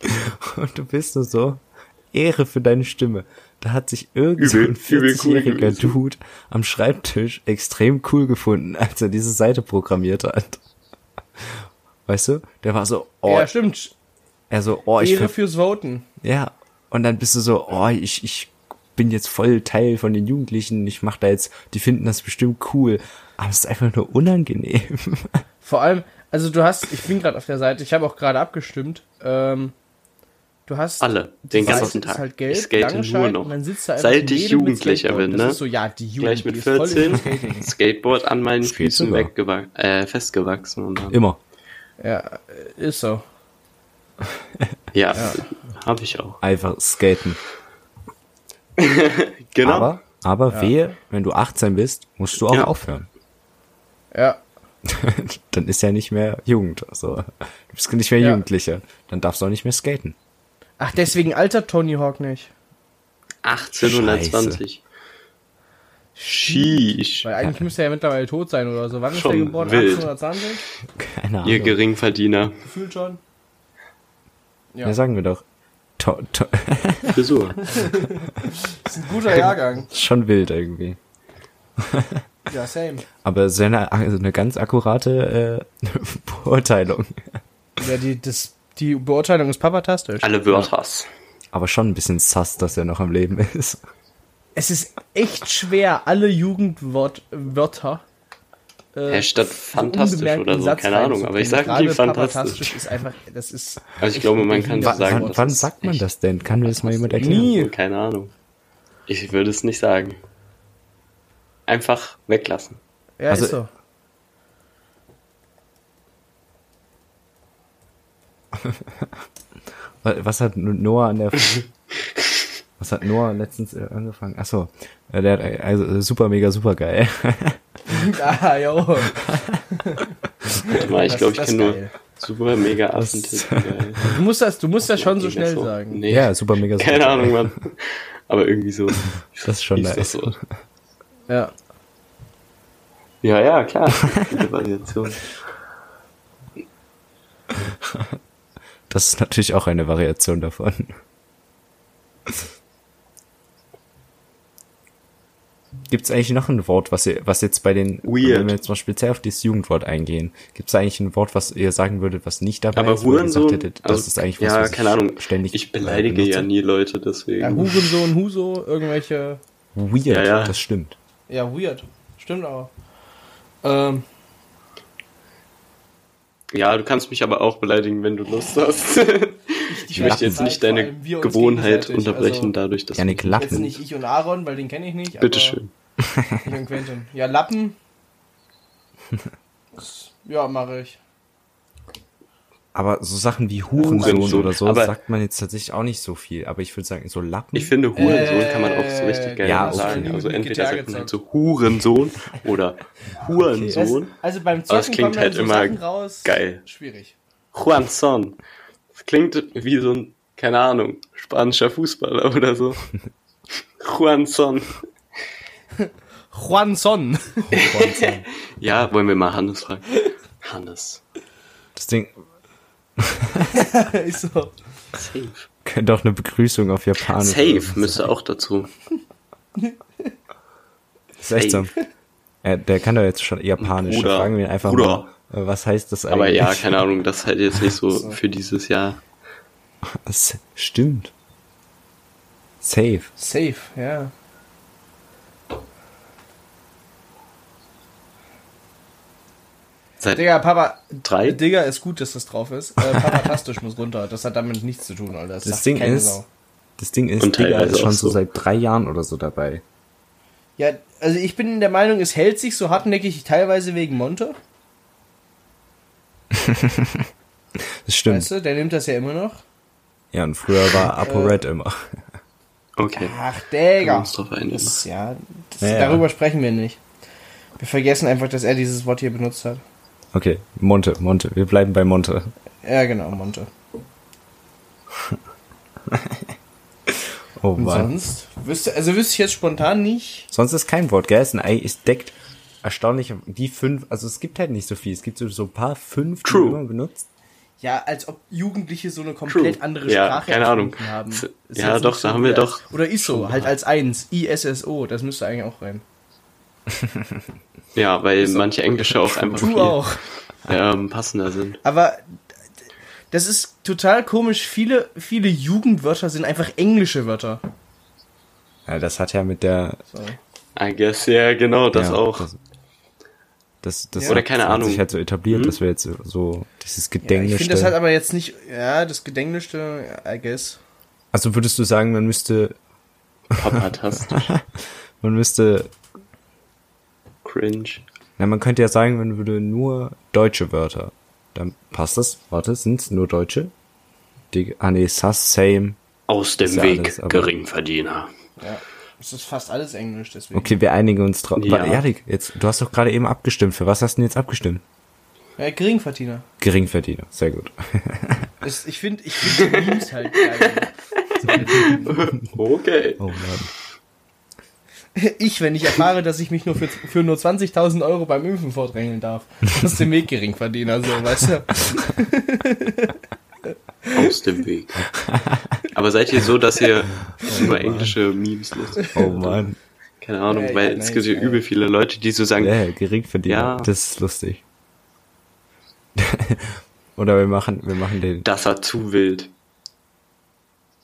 [SPEAKER 1] Und du bist nur so, Ehre für deine Stimme. Da hat sich irgend so ein
[SPEAKER 3] Übel, übel cool
[SPEAKER 1] 40-jähriger
[SPEAKER 3] gewesen.
[SPEAKER 1] Dude am Schreibtisch extrem cool gefunden, als er diese Seite programmiert hat. Weißt du? Der war so, oh,
[SPEAKER 2] ja, stimmt.
[SPEAKER 1] er so, oh, ich,
[SPEAKER 2] Ehre
[SPEAKER 1] ver-
[SPEAKER 2] fürs Voten.
[SPEAKER 1] ja. Und dann bist du so, oh, ich, ich bin jetzt voll Teil von den Jugendlichen, ich mach da jetzt, die finden das bestimmt cool. Aber es ist einfach nur unangenehm.
[SPEAKER 2] Vor allem, also du hast, ich bin gerade auf der Seite, ich habe auch gerade abgestimmt. Ähm, du hast
[SPEAKER 3] Alle, den
[SPEAKER 2] die Seite
[SPEAKER 3] ganzen Tag.
[SPEAKER 2] Ist halt gelb,
[SPEAKER 3] Ich skate
[SPEAKER 2] lange
[SPEAKER 3] nur
[SPEAKER 2] Schein,
[SPEAKER 3] noch.
[SPEAKER 2] Und dann sitzt da einfach ein
[SPEAKER 3] Seit ich
[SPEAKER 2] Mädel mit
[SPEAKER 3] Jugendlicher
[SPEAKER 2] Skateboard.
[SPEAKER 3] bin,
[SPEAKER 2] Das
[SPEAKER 3] ne?
[SPEAKER 2] ist so, ja, die Jugend,
[SPEAKER 3] Gleich
[SPEAKER 2] die
[SPEAKER 3] mit
[SPEAKER 2] ist voll in
[SPEAKER 3] 14
[SPEAKER 2] Skating.
[SPEAKER 3] Skateboard an meinen
[SPEAKER 1] Steht
[SPEAKER 3] Füßen
[SPEAKER 1] sogar.
[SPEAKER 3] weggewachsen, äh, festgewachsen und dann.
[SPEAKER 1] Immer.
[SPEAKER 2] Ja, ist so.
[SPEAKER 3] Ja, habe ich auch.
[SPEAKER 1] Einfach skaten.
[SPEAKER 3] Genau.
[SPEAKER 1] Aber, aber wehe, wenn du 18 bist, musst du auch
[SPEAKER 3] Ja.
[SPEAKER 1] aufhören.
[SPEAKER 2] Ja,
[SPEAKER 1] dann ist ja nicht mehr Jugend. So. Du bist nicht mehr
[SPEAKER 2] Ja.
[SPEAKER 1] Jugendlicher. Dann darfst du auch nicht mehr skaten.
[SPEAKER 2] ach deswegen altert Tony Hawk nicht.
[SPEAKER 3] 1820. Sheesh.
[SPEAKER 2] Weil eigentlich müsste er ja mittlerweile tot sein oder so. Wann ist
[SPEAKER 3] Schon
[SPEAKER 2] er geboren?
[SPEAKER 3] wild.
[SPEAKER 2] 1820?
[SPEAKER 1] Keine Ahnung.
[SPEAKER 3] Ihr Geringverdiener.
[SPEAKER 2] Gefühlt schon.
[SPEAKER 1] Ja, sagen wir doch. To to
[SPEAKER 3] Frisur.
[SPEAKER 2] Ist ein guter Jahrgang.
[SPEAKER 1] schon wild irgendwie.
[SPEAKER 2] Ja, same.
[SPEAKER 1] Aber sehr eine, also eine ganz akkurate äh, Beurteilung.
[SPEAKER 2] Ja, die, das, die Beurteilung ist papatastisch.
[SPEAKER 3] Alle Wörters.
[SPEAKER 1] Aber schon ein bisschen sass, dass er noch am Leben ist.
[SPEAKER 2] Es ist echt schwer, alle Jugendwörter. Äh,
[SPEAKER 3] Hey, statt fantastisch
[SPEAKER 2] unbemerkt
[SPEAKER 3] oder
[SPEAKER 2] in
[SPEAKER 3] so,
[SPEAKER 2] Satz
[SPEAKER 3] keine Ahnung, aber ich
[SPEAKER 2] reinzubringen.
[SPEAKER 3] sag
[SPEAKER 2] Gerade
[SPEAKER 3] nie fantastisch.
[SPEAKER 2] ist einfach, das ist.
[SPEAKER 3] Also ich glaube, man kann so
[SPEAKER 2] Ja,
[SPEAKER 1] wann,
[SPEAKER 3] sagen,
[SPEAKER 2] das
[SPEAKER 1] wann
[SPEAKER 3] ist
[SPEAKER 1] sagt man
[SPEAKER 3] echt
[SPEAKER 1] das denn? Kann mir das mal jemand erklären?
[SPEAKER 2] Nie.
[SPEAKER 3] Keine Ahnung. Ich würde es nicht sagen. Einfach weglassen.
[SPEAKER 2] Ja,
[SPEAKER 1] Also-
[SPEAKER 2] ist so.
[SPEAKER 1] Wa- Was hat Noah an der Was hat Noah letztens äh, angefangen? Ach so, äh, der hat äh, also äh, super mega super geil.
[SPEAKER 2] ah, jo.
[SPEAKER 3] Warte mal, ich
[SPEAKER 2] Das-
[SPEAKER 3] glaube, ich
[SPEAKER 2] das geil.
[SPEAKER 3] kenne nur Super mega Affentipp. geil.
[SPEAKER 2] Du musst das, du musst das schon so
[SPEAKER 3] Mega
[SPEAKER 2] schnell sagen.
[SPEAKER 3] Nee,
[SPEAKER 1] Ja, super mega
[SPEAKER 3] keine
[SPEAKER 1] super.
[SPEAKER 3] Ahnung, Mann. Aber irgendwie so.
[SPEAKER 1] Das ist schon
[SPEAKER 3] hieß
[SPEAKER 1] nice.
[SPEAKER 3] das so.
[SPEAKER 2] Ja.
[SPEAKER 3] Ja, ja, klar. Gute Variation.
[SPEAKER 1] Das ist natürlich auch eine Variation davon. Gibt's eigentlich noch ein Wort, was ihr, was jetzt bei den,
[SPEAKER 3] Weird.
[SPEAKER 1] wenn wir jetzt mal speziell auf dieses Jugendwort eingehen, gibt's da eigentlich ein Wort, was ihr sagen würdet, was nicht dabei
[SPEAKER 3] Aber
[SPEAKER 1] ist, wo ihr gesagt
[SPEAKER 3] Hurensohn.
[SPEAKER 1] hättet, das
[SPEAKER 3] also,
[SPEAKER 1] ist eigentlich was,
[SPEAKER 3] ja,
[SPEAKER 1] was
[SPEAKER 3] keine Ahnung.
[SPEAKER 1] ständig
[SPEAKER 3] ich beleidige
[SPEAKER 1] äh,
[SPEAKER 3] ja
[SPEAKER 1] benutze?
[SPEAKER 3] nie Leute, deswegen.
[SPEAKER 2] ja Hurensohn, Huso, irgendwelche.
[SPEAKER 1] Weird,
[SPEAKER 3] Ja, ja.
[SPEAKER 1] das stimmt.
[SPEAKER 2] Ja, weird. Stimmt aber. Ähm,
[SPEAKER 3] Ja, du kannst mich aber auch beleidigen, wenn du Lust hast. ich möchte jetzt
[SPEAKER 1] Lachen.
[SPEAKER 3] nicht
[SPEAKER 2] Vor allem
[SPEAKER 3] deine
[SPEAKER 2] wir uns
[SPEAKER 3] Gewohnheit
[SPEAKER 2] gegenseitig,
[SPEAKER 3] unterbrechen,
[SPEAKER 2] also-
[SPEAKER 3] dadurch, dass
[SPEAKER 1] Janik
[SPEAKER 3] du.
[SPEAKER 2] jetzt
[SPEAKER 1] lachen.
[SPEAKER 2] nicht ich und Aaron, weil den kenne ich nicht.
[SPEAKER 3] Bitteschön.
[SPEAKER 2] aber ich und Quentin. Ja, Lappen. Das- Ja, mache ich.
[SPEAKER 1] Aber so Sachen wie Hurensohn,
[SPEAKER 3] Hurensohn.
[SPEAKER 1] oder so
[SPEAKER 3] Aber-
[SPEAKER 1] sagt man jetzt tatsächlich auch nicht so viel. Aber ich würde sagen, so Lappen.
[SPEAKER 3] Ich finde, Hurensohn kann man auch so richtig geil
[SPEAKER 1] ja,
[SPEAKER 3] sagen.
[SPEAKER 1] okay.
[SPEAKER 3] Also
[SPEAKER 2] Äh, Mit
[SPEAKER 3] entweder
[SPEAKER 2] Gitarre
[SPEAKER 3] sagt man halt
[SPEAKER 2] gezockt.
[SPEAKER 3] so Hurensohn oder
[SPEAKER 2] Das,
[SPEAKER 3] Hurensohn.
[SPEAKER 2] also beim
[SPEAKER 3] Aber es
[SPEAKER 2] Zocken
[SPEAKER 3] klingt
[SPEAKER 2] kommen
[SPEAKER 3] halt
[SPEAKER 2] halt so
[SPEAKER 3] immer
[SPEAKER 2] Sachen raus.
[SPEAKER 3] geil.
[SPEAKER 2] Schwierig.
[SPEAKER 3] Juanson. Das klingt wie so ein, keine Ahnung, spanischer Fußballer oder so. Juanson.
[SPEAKER 2] Juanson.
[SPEAKER 1] Hurensohn.
[SPEAKER 3] Ja, wollen wir mal Hannes fragen. Hannes.
[SPEAKER 1] das Ding
[SPEAKER 2] ist so.
[SPEAKER 3] Safe.
[SPEAKER 1] könnte auch eine Begrüßung auf Japanisch. oder so
[SPEAKER 3] Safe müsste auch dazu.
[SPEAKER 1] Das ist echt so. Äh, der kann doch jetzt schon Japanisch.
[SPEAKER 3] Bruder.
[SPEAKER 1] Fragen wir ihn einfach
[SPEAKER 3] Bruder.
[SPEAKER 1] mal, äh, was heißt das eigentlich?
[SPEAKER 3] Aber ja, keine Ahnung, das ist halt jetzt nicht so für dieses Jahr.
[SPEAKER 1] Das stimmt. Safe.
[SPEAKER 2] Safe, ja.
[SPEAKER 3] Seit
[SPEAKER 2] Digga, Papa.
[SPEAKER 3] Drei?
[SPEAKER 2] Digga, ist gut, dass das drauf ist. Äh, Papatastisch muss runter. Das hat damit nichts zu tun, Alter. Das,
[SPEAKER 1] Das
[SPEAKER 2] sagt
[SPEAKER 1] Ding
[SPEAKER 2] keine
[SPEAKER 1] ist,
[SPEAKER 2] Sau.
[SPEAKER 1] das Ding ist,
[SPEAKER 3] Und
[SPEAKER 1] Digga
[SPEAKER 3] teilweise
[SPEAKER 1] ist schon
[SPEAKER 3] auch
[SPEAKER 1] so
[SPEAKER 3] so.
[SPEAKER 1] seit drei Jahren oder so dabei.
[SPEAKER 2] Ja, also ich bin der Meinung, es hält sich so hartnäckig, teilweise wegen Monte.
[SPEAKER 1] Das stimmt.
[SPEAKER 2] Weißt Äh. du, der nimmt das ja immer noch.
[SPEAKER 1] Ja, und früher war Apo Red immer.
[SPEAKER 3] Okay.
[SPEAKER 2] Ach,
[SPEAKER 3] Ja.
[SPEAKER 2] Digga.
[SPEAKER 3] Uns drauf einigen.
[SPEAKER 2] Das ist ja, das,
[SPEAKER 1] Ja, ja.
[SPEAKER 2] darüber sprechen wir nicht. Wir vergessen einfach, dass er dieses Wort hier benutzt hat.
[SPEAKER 1] Okay, Monte, Monte. Wir bleiben bei Monte.
[SPEAKER 2] Ja, genau, Monte.
[SPEAKER 1] Oh
[SPEAKER 2] Und
[SPEAKER 1] Mann.
[SPEAKER 2] sonst? Wüsste, also wüsste ich jetzt spontan nicht.
[SPEAKER 1] Sonst ist kein Wort, gell? Es, sind eigentlich- es deckt erstaunlich die fünf, also es gibt halt nicht so viel. Es gibt so, so ein paar fünf, die
[SPEAKER 3] True.
[SPEAKER 1] man immer benutzt.
[SPEAKER 2] Ja, als ob Jugendliche so eine komplett
[SPEAKER 3] True.
[SPEAKER 2] andere
[SPEAKER 3] Ja,
[SPEAKER 2] Sprache
[SPEAKER 3] keine
[SPEAKER 2] erfunden
[SPEAKER 3] Ahnung.
[SPEAKER 2] haben.
[SPEAKER 3] Z-
[SPEAKER 2] Ist
[SPEAKER 3] ja,
[SPEAKER 2] jetzt
[SPEAKER 3] doch,
[SPEAKER 2] nicht
[SPEAKER 3] da haben wir
[SPEAKER 2] wieder-
[SPEAKER 3] doch
[SPEAKER 2] Oder ISO, halt als eins. ISSO, das müsste eigentlich auch rein.
[SPEAKER 3] Ja, weil manche Englische auch einfach
[SPEAKER 2] Du
[SPEAKER 3] viel
[SPEAKER 2] auch.
[SPEAKER 3] ähm, passender sind.
[SPEAKER 2] Aber das ist total komisch. Viele, viele Jugendwörter sind einfach englische Wörter.
[SPEAKER 1] Ja, das hat ja mit der
[SPEAKER 2] So.
[SPEAKER 3] I guess, ja, genau, das
[SPEAKER 1] Ja,
[SPEAKER 3] auch.
[SPEAKER 1] Das, das, das
[SPEAKER 2] Ja.
[SPEAKER 1] hat-
[SPEAKER 3] Oder keine
[SPEAKER 1] das hat
[SPEAKER 3] Ahnung. Mhm.
[SPEAKER 1] sich halt so etabliert, dass wir jetzt so dieses
[SPEAKER 2] Ja,
[SPEAKER 1] Gedängnis.
[SPEAKER 2] ich finde das halt aber jetzt nicht, ja, das Gedängnischte, I guess.
[SPEAKER 1] also würdest du sagen, man müsste,
[SPEAKER 3] Papatastisch.
[SPEAKER 1] man müsste,
[SPEAKER 3] Cringe.
[SPEAKER 1] na, man könnte ja sagen, man würde nur deutsche Wörter. Dann passt das. Warte, sind's nur deutsche? Die, ah nee, sus, same.
[SPEAKER 3] Aus dem
[SPEAKER 1] ja
[SPEAKER 3] Weg,
[SPEAKER 1] alles, aber-
[SPEAKER 3] Geringverdiener.
[SPEAKER 2] Ja. Es ist fast alles englisch, deswegen.
[SPEAKER 1] Okay, wir einigen uns drauf.
[SPEAKER 3] Ja.
[SPEAKER 1] Ja. Erik, jetzt, du hast doch gerade eben abgestimmt. Für was hast du denn jetzt abgestimmt?
[SPEAKER 2] Ja, Geringverdiener.
[SPEAKER 1] Geringverdiener. Sehr gut.
[SPEAKER 2] Es- ich finde ich find die Memes halt geil.
[SPEAKER 3] Okay.
[SPEAKER 1] Oh Mann.
[SPEAKER 2] Ich, wenn ich erfahre, dass ich mich nur für, für nur 20.000 Euro beim Impfen vordrängeln darf. Aus dem Weg Geringverdiener, so, weißt du?
[SPEAKER 3] Aus dem Weg. Aber seid ihr so, dass ihr über englische Memes lustig
[SPEAKER 1] Oh Mann.
[SPEAKER 3] Keine Ahnung,
[SPEAKER 2] Ja,
[SPEAKER 3] weil
[SPEAKER 2] ja,
[SPEAKER 3] es
[SPEAKER 2] nein,
[SPEAKER 3] gibt ja
[SPEAKER 2] ja.
[SPEAKER 3] übel viele Leute, die so sagen,
[SPEAKER 1] Ja, Geringverdiener.
[SPEAKER 3] Ja.
[SPEAKER 1] Das ist lustig. Oder wir machen, wir machen den.
[SPEAKER 3] das war zu wild.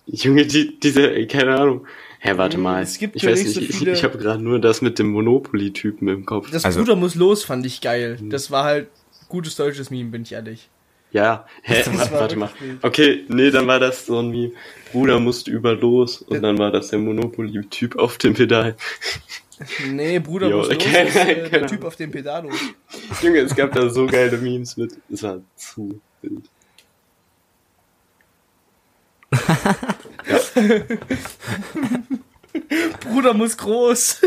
[SPEAKER 3] Junge, die, diese, keine Ahnung. Hä, warte
[SPEAKER 2] Mhm,
[SPEAKER 3] mal.
[SPEAKER 2] es gibt
[SPEAKER 3] ich
[SPEAKER 2] ja
[SPEAKER 3] weiß
[SPEAKER 2] nicht
[SPEAKER 3] nicht,
[SPEAKER 2] so
[SPEAKER 3] ich,
[SPEAKER 2] viele-
[SPEAKER 3] ich habe gerade nur das mit dem Monopoly-Typen im Kopf.
[SPEAKER 2] Das
[SPEAKER 1] Also-
[SPEAKER 2] Bruder muss los, fand ich geil. Das war halt gutes deutsches Meme, bin ich ehrlich.
[SPEAKER 3] Ja, hä,
[SPEAKER 2] Das war
[SPEAKER 3] warte mal.
[SPEAKER 2] wirklich wild.
[SPEAKER 3] Okay, nee, dann war das so ein Meme. Bruder musst über los und dann war das der Monopoly-Typ auf dem Pedal.
[SPEAKER 2] Nee, Bruder
[SPEAKER 3] Jo,
[SPEAKER 2] muss los,
[SPEAKER 3] okay, genau.
[SPEAKER 2] ist, äh, der
[SPEAKER 3] keine
[SPEAKER 2] Typ
[SPEAKER 3] Ahnung.
[SPEAKER 2] auf dem Pedalo.
[SPEAKER 3] Junge, es gab da so geile Memes mit. Es war zu wild.
[SPEAKER 2] Bruder muss groß.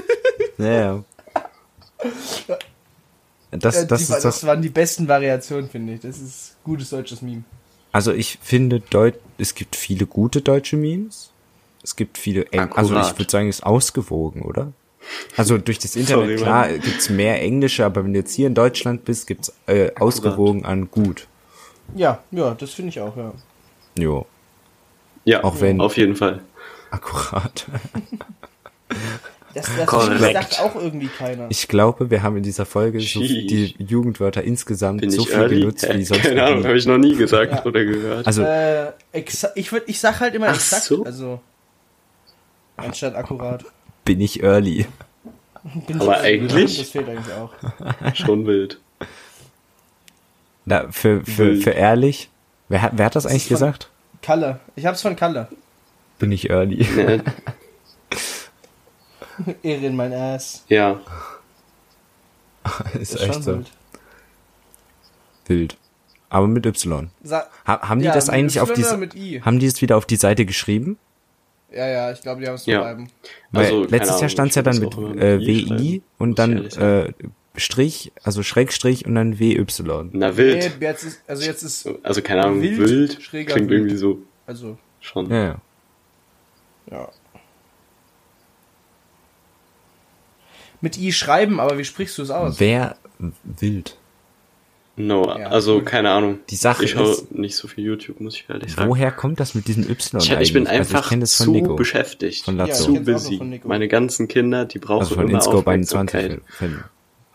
[SPEAKER 1] Ja, ja. das, das
[SPEAKER 2] Äh, die,
[SPEAKER 1] ist das.
[SPEAKER 2] das waren die besten Variationen, finde ich. Das ist gutes deutsches Meme.
[SPEAKER 1] Also ich finde, Deut es gibt viele gute deutsche Memes. Es gibt viele Eng Also ich
[SPEAKER 3] Akkurat.
[SPEAKER 1] würde sagen, es ist ausgewogen, oder? Also durch das Internet,
[SPEAKER 3] Sorry,
[SPEAKER 1] klar, gibt's mehr englische, aber wenn du jetzt hier in Deutschland bist, gibt's äh, ausgewogen an gut.
[SPEAKER 2] Ja, ja, das finde ich auch, ja.
[SPEAKER 1] Jo,
[SPEAKER 3] Ja,
[SPEAKER 1] Auch wenn-
[SPEAKER 3] auf jeden Fall.
[SPEAKER 1] akkurat.
[SPEAKER 2] Das, das
[SPEAKER 3] Korrekt.
[SPEAKER 2] sagt auch irgendwie keiner.
[SPEAKER 1] Ich glaube, wir haben in dieser Folge so
[SPEAKER 3] Sheesh.
[SPEAKER 1] die Jugendwörter insgesamt
[SPEAKER 3] Bin
[SPEAKER 1] so
[SPEAKER 3] ich
[SPEAKER 1] viel
[SPEAKER 3] early?
[SPEAKER 1] genutzt wie sonst
[SPEAKER 3] Keine Ahnung,
[SPEAKER 1] noch nie.
[SPEAKER 3] habe ich noch nie gesagt
[SPEAKER 2] Ja.
[SPEAKER 3] oder gehört.
[SPEAKER 1] Also
[SPEAKER 2] äh, exa- ich, würd, ich sag halt immer
[SPEAKER 3] Ach
[SPEAKER 2] exakt,
[SPEAKER 3] so.
[SPEAKER 2] also anstatt akkurat.
[SPEAKER 1] bin ich early.
[SPEAKER 2] Bin
[SPEAKER 3] Aber
[SPEAKER 2] schon-
[SPEAKER 3] eigentlich-
[SPEAKER 2] Das fehlt eigentlich auch.
[SPEAKER 3] Schon wild.
[SPEAKER 1] Na, für, für,
[SPEAKER 3] Wild.
[SPEAKER 1] für ehrlich, wer hat, wer hat das eigentlich
[SPEAKER 2] ist von-
[SPEAKER 1] gesagt?
[SPEAKER 2] Kalle. Ich hab's von Kalle.
[SPEAKER 1] Bin ich early.
[SPEAKER 3] Ja.
[SPEAKER 2] Ehre in mein Ass.
[SPEAKER 3] ja.
[SPEAKER 1] ist
[SPEAKER 2] Das
[SPEAKER 1] echt
[SPEAKER 2] schon
[SPEAKER 1] so
[SPEAKER 3] halt.
[SPEAKER 2] wild.
[SPEAKER 1] wild. Aber mit Y.
[SPEAKER 2] Sa
[SPEAKER 1] Ha haben die
[SPEAKER 2] Ja,
[SPEAKER 1] das
[SPEAKER 2] mit
[SPEAKER 1] eigentlich auf
[SPEAKER 2] Y
[SPEAKER 1] die
[SPEAKER 2] oder
[SPEAKER 1] Se-
[SPEAKER 2] mit I?
[SPEAKER 1] haben die es wieder auf die Seite geschrieben?
[SPEAKER 2] ja, ja, ich glaube, die haben's
[SPEAKER 3] Ja.
[SPEAKER 2] vertreiben.
[SPEAKER 1] Weil
[SPEAKER 3] Also, keine
[SPEAKER 1] letztes Jahr
[SPEAKER 3] Ahnung,
[SPEAKER 1] stand es
[SPEAKER 3] ich
[SPEAKER 1] ja dann mit
[SPEAKER 3] würd's auch immer
[SPEAKER 1] äh,
[SPEAKER 3] mit I
[SPEAKER 1] WI
[SPEAKER 3] schreiben, muss
[SPEAKER 1] und
[SPEAKER 3] ich
[SPEAKER 1] dann
[SPEAKER 3] ehrlich
[SPEAKER 1] äh,
[SPEAKER 3] sagen.
[SPEAKER 1] Strich, also Schrägstrich und dann WY.
[SPEAKER 3] Na, wild.
[SPEAKER 2] Nee, jetzt ist, also jetzt ist,
[SPEAKER 3] Also, keine Ahnung,
[SPEAKER 2] Wild,
[SPEAKER 3] wild,
[SPEAKER 2] schräger
[SPEAKER 3] klingt
[SPEAKER 2] Wild.
[SPEAKER 3] irgendwie so
[SPEAKER 2] also,
[SPEAKER 3] schon.
[SPEAKER 1] Ja, ja.
[SPEAKER 2] ja. Mit I schreiben, aber wie sprichst du es aus?
[SPEAKER 1] Wer wild?
[SPEAKER 3] No,
[SPEAKER 2] Ja,
[SPEAKER 3] also,
[SPEAKER 2] gut.
[SPEAKER 3] keine Ahnung.
[SPEAKER 1] Die Sache
[SPEAKER 3] ich schaue
[SPEAKER 1] ist-
[SPEAKER 3] nicht so viel YouTube, muss ich ehrlich sagen.
[SPEAKER 1] Woher kommt das mit diesem Y?
[SPEAKER 3] Ich, ich bin
[SPEAKER 1] eigentlich? Also
[SPEAKER 3] einfach
[SPEAKER 1] ich kenn das von
[SPEAKER 3] zu
[SPEAKER 1] Nico.
[SPEAKER 3] beschäftigt,
[SPEAKER 1] Von Lazzo.
[SPEAKER 2] Ja,
[SPEAKER 3] zu
[SPEAKER 2] ich kenn's auch nur
[SPEAKER 3] busy.
[SPEAKER 2] von Nico.
[SPEAKER 3] Meine ganzen Kinder, die brauchen
[SPEAKER 1] Also von
[SPEAKER 3] immer
[SPEAKER 1] Inscope
[SPEAKER 3] Aufmerksamkeit.
[SPEAKER 1] 21. Fällen.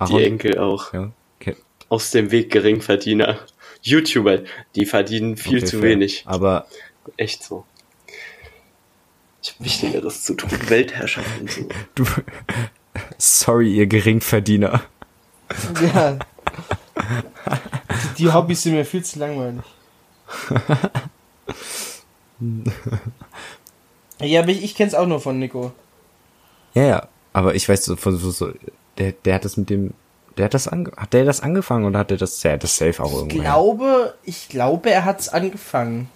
[SPEAKER 3] Die Enkel auch.
[SPEAKER 1] Ja, okay.
[SPEAKER 3] Aus dem Weg Geringverdiener. YouTuber, die verdienen viel
[SPEAKER 1] Okay,
[SPEAKER 3] zu
[SPEAKER 1] fair. Ah.
[SPEAKER 3] wenig.
[SPEAKER 1] Aber
[SPEAKER 3] Echt so. Ich habe Wichtigeres zu tun. Weltherrschaft und so.
[SPEAKER 1] du, sorry, ihr Geringverdiener.
[SPEAKER 2] Ja. Die Hobbys sind mir viel zu langweilig. ja, aber ich, ich kenn's auch nur von Nico.
[SPEAKER 1] Ja, ja, aber ich weiß so, von so, so der, der hat das mit dem, der hat das ange, hat der das angefangen oder hat er das, der hat das safe auch
[SPEAKER 2] Ich
[SPEAKER 1] irgendwo. her.
[SPEAKER 2] glaube, ich glaube, er hat's angefangen.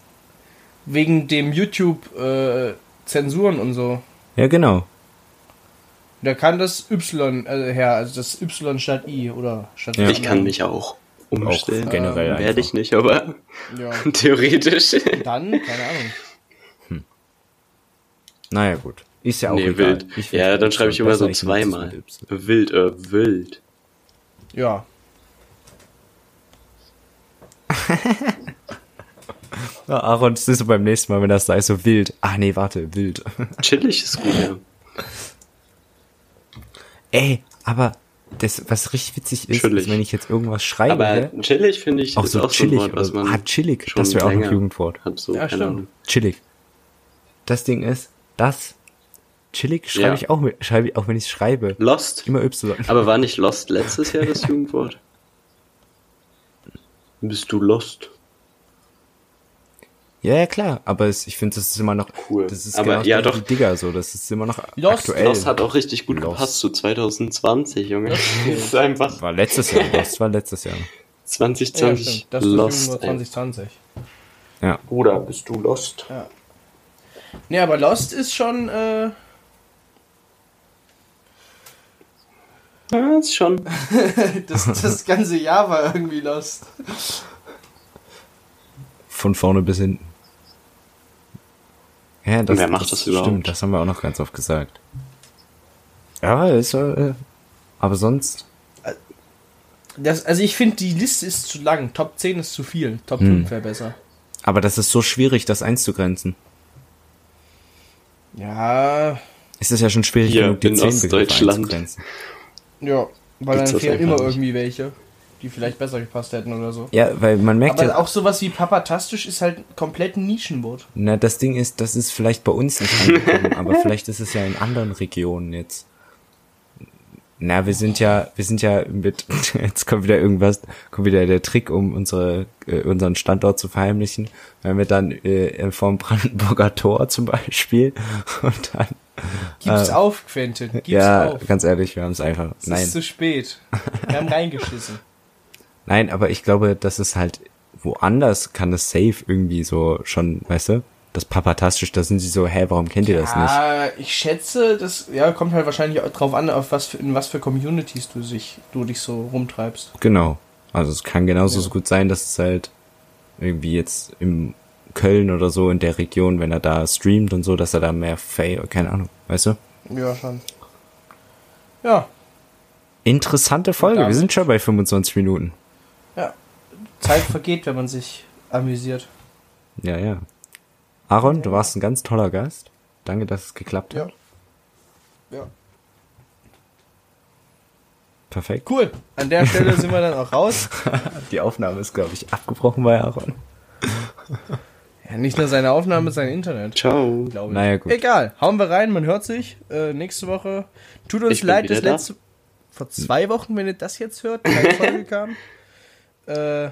[SPEAKER 2] Wegen dem YouTube-Zensuren und so.
[SPEAKER 1] Ja, genau.
[SPEAKER 2] Da kann das Y äh, her, also das Y statt I oder statt
[SPEAKER 1] Ja.
[SPEAKER 2] I.
[SPEAKER 3] Ich kann mich auch umstellen. Ähm,
[SPEAKER 1] Auch generell
[SPEAKER 3] Werde
[SPEAKER 1] einfach.
[SPEAKER 3] ich nicht, aber
[SPEAKER 2] Ja.
[SPEAKER 3] theoretisch.
[SPEAKER 2] Dann, keine Ahnung.
[SPEAKER 1] Naja, gut. Ist ja auch
[SPEAKER 3] nee,
[SPEAKER 1] egal.
[SPEAKER 3] wild.
[SPEAKER 1] Ich find's
[SPEAKER 3] ja, dann
[SPEAKER 1] gut,
[SPEAKER 3] schreibe ich immer
[SPEAKER 1] besser,
[SPEAKER 3] so
[SPEAKER 1] nutze es
[SPEAKER 3] zweimal.
[SPEAKER 1] mit Y.
[SPEAKER 3] Wild, äh, wild.
[SPEAKER 2] Ja.
[SPEAKER 1] Ja, Aaron, das ist so beim nächsten Mal, wenn das da ist, so wild. Ach nee, warte, wild.
[SPEAKER 3] Chillig ist gut, ja.
[SPEAKER 1] Ey, aber das, was richtig witzig ist,
[SPEAKER 3] Chillig.
[SPEAKER 1] ist, wenn ich jetzt irgendwas schreibe,
[SPEAKER 3] Aber
[SPEAKER 1] gell?
[SPEAKER 3] chillig finde ich
[SPEAKER 1] ne? auch
[SPEAKER 3] ist
[SPEAKER 1] so
[SPEAKER 3] auch
[SPEAKER 1] chillig.
[SPEAKER 3] so ein Wort, was
[SPEAKER 1] oder
[SPEAKER 3] man
[SPEAKER 1] ah, chillig,
[SPEAKER 3] schon
[SPEAKER 1] das wäre auch ein
[SPEAKER 3] länger
[SPEAKER 1] Jugendwort.
[SPEAKER 3] Hat so,
[SPEAKER 2] Ja,
[SPEAKER 3] keine
[SPEAKER 2] stimmt.
[SPEAKER 3] Ahnung.
[SPEAKER 1] Chillig. Das Ding ist, das chillig schreibe
[SPEAKER 3] Ja.
[SPEAKER 1] ich auch mit, schreibe ich auch wenn ich schreibe.
[SPEAKER 3] Lost.
[SPEAKER 1] Immer Y.
[SPEAKER 3] Aber war nicht Lost letztes Jahr das Jugendwort? Bist du Lost?
[SPEAKER 1] Ja, ja, klar, aber es, ich finde, das ist immer noch
[SPEAKER 3] Cool.
[SPEAKER 1] Das ist
[SPEAKER 3] Aber
[SPEAKER 1] genau
[SPEAKER 3] ja,
[SPEAKER 1] wie
[SPEAKER 3] doch.
[SPEAKER 1] die Digger so, das ist immer noch
[SPEAKER 2] Lost-
[SPEAKER 1] aktuell.
[SPEAKER 3] Lost hat auch richtig gut
[SPEAKER 1] Lost.
[SPEAKER 3] gepasst zu 2020, Junge. Das ist einfach
[SPEAKER 1] war letztes Jahr, das war letztes Jahr.
[SPEAKER 2] Ja,
[SPEAKER 3] 2020
[SPEAKER 2] stimmt. Das ist
[SPEAKER 3] Lost.
[SPEAKER 2] Lost, 2020.
[SPEAKER 1] Ja.
[SPEAKER 3] Bruder, bist du Lost?
[SPEAKER 2] Nee, aber Lost ist schon, äh,
[SPEAKER 3] Ja, ist schon.
[SPEAKER 2] das, das ganze Jahr war irgendwie Lost.
[SPEAKER 1] Von vorne bis hinten. Ja, das,
[SPEAKER 3] Und wer macht das überhaupt?
[SPEAKER 1] Stimmt, das haben wir auch noch ganz oft gesagt. Ja, ist, äh, aber sonst,
[SPEAKER 2] Das, also ich finde, die Liste ist zu lang. Top 10 ist zu viel. Top
[SPEAKER 3] Hm.
[SPEAKER 2] 5 wäre besser.
[SPEAKER 1] aber das ist so schwierig, das einzugrenzen.
[SPEAKER 2] Ja,
[SPEAKER 1] Es ist ja schon schwierig
[SPEAKER 3] Hier,
[SPEAKER 1] genug, die
[SPEAKER 3] in
[SPEAKER 1] zehn Begriffe
[SPEAKER 3] Ostdeutschland.
[SPEAKER 1] einzugrenzen.
[SPEAKER 2] ja. Weil
[SPEAKER 3] Gibt's
[SPEAKER 2] dann
[SPEAKER 3] das
[SPEAKER 2] fehlen
[SPEAKER 3] einfach
[SPEAKER 2] immer
[SPEAKER 3] nicht.
[SPEAKER 2] irgendwie welche, die vielleicht besser gepasst hätten oder so.
[SPEAKER 1] Ja, weil man merkt
[SPEAKER 2] Aber
[SPEAKER 1] ja,
[SPEAKER 2] auch sowas wie papatastisch ist halt komplett ein Nischenwort.
[SPEAKER 1] na, das Ding ist, das ist vielleicht bei uns nicht angekommen, aber vielleicht ist es ja in anderen Regionen jetzt. Na, wir sind ja, wir sind ja mit, jetzt kommt wieder irgendwas, kommt wieder der Trick, um unsere, äh, unseren Standort zu verheimlichen, wenn wir dann äh, vom Brandenburger Tor zum Beispiel und dann,
[SPEAKER 2] Gib's auf, Quentin. Gib's
[SPEAKER 1] Ah. ja,
[SPEAKER 2] auf.
[SPEAKER 1] ganz ehrlich, wir haben es einfach,
[SPEAKER 2] Es
[SPEAKER 1] nein.
[SPEAKER 2] ist zu spät. Wir haben reingeschissen.
[SPEAKER 1] Nein, aber ich glaube, das ist halt woanders kann es safe irgendwie so schon, weißt du, das ist papatastisch, da sind sie so, hä, warum kennt ihr das nicht?
[SPEAKER 2] Ah, ich schätze, das ja, kommt halt wahrscheinlich auch drauf an, auf was für, in was für Communities du, sich, du dich so rumtreibst.
[SPEAKER 1] Genau. Also es kann genauso so gut sein, dass es halt irgendwie jetzt im Köln oder so in der Region, wenn er da streamt und so, dass er da mehr Fay, keine Ahnung, weißt du?
[SPEAKER 2] Ja, schon. Ja,
[SPEAKER 1] Interessante Folge. Wir
[SPEAKER 2] Damit-
[SPEAKER 1] sind schon bei 25 Minuten.
[SPEAKER 2] ja. Zeit vergeht, wenn man sich amüsiert.
[SPEAKER 1] Ja, ja. Aaron, du warst ein ganz toller Gast. Danke, dass es geklappt hat.
[SPEAKER 2] Ja.
[SPEAKER 1] Perfekt.
[SPEAKER 2] Cool. An der Stelle sind wir dann auch raus.
[SPEAKER 1] Die Aufnahme ist, glaube ich, abgebrochen bei Aaron.
[SPEAKER 2] Ja, nicht nur seine Aufnahme, sein Internet.
[SPEAKER 3] Ciao.
[SPEAKER 2] Glaube ich.
[SPEAKER 1] Naja, gut.
[SPEAKER 2] Egal. Hauen wir rein, man hört sich. Äh, nächste Woche. Tut uns
[SPEAKER 3] Ich bin
[SPEAKER 2] leid,
[SPEAKER 3] wieder
[SPEAKER 2] dass
[SPEAKER 3] da.
[SPEAKER 2] letzte. Vor zwei Wochen, wenn ihr das jetzt hört, keine Folge kam. Äh,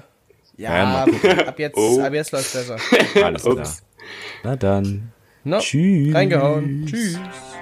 [SPEAKER 2] ja,
[SPEAKER 1] Ja, mal
[SPEAKER 2] ab jetzt,
[SPEAKER 3] Oh.
[SPEAKER 2] ab jetzt läuft besser.
[SPEAKER 1] Alles klar.
[SPEAKER 3] Ups.
[SPEAKER 1] Na dann.
[SPEAKER 2] No,
[SPEAKER 1] Tschüss.
[SPEAKER 2] Reingehauen. Tschüss.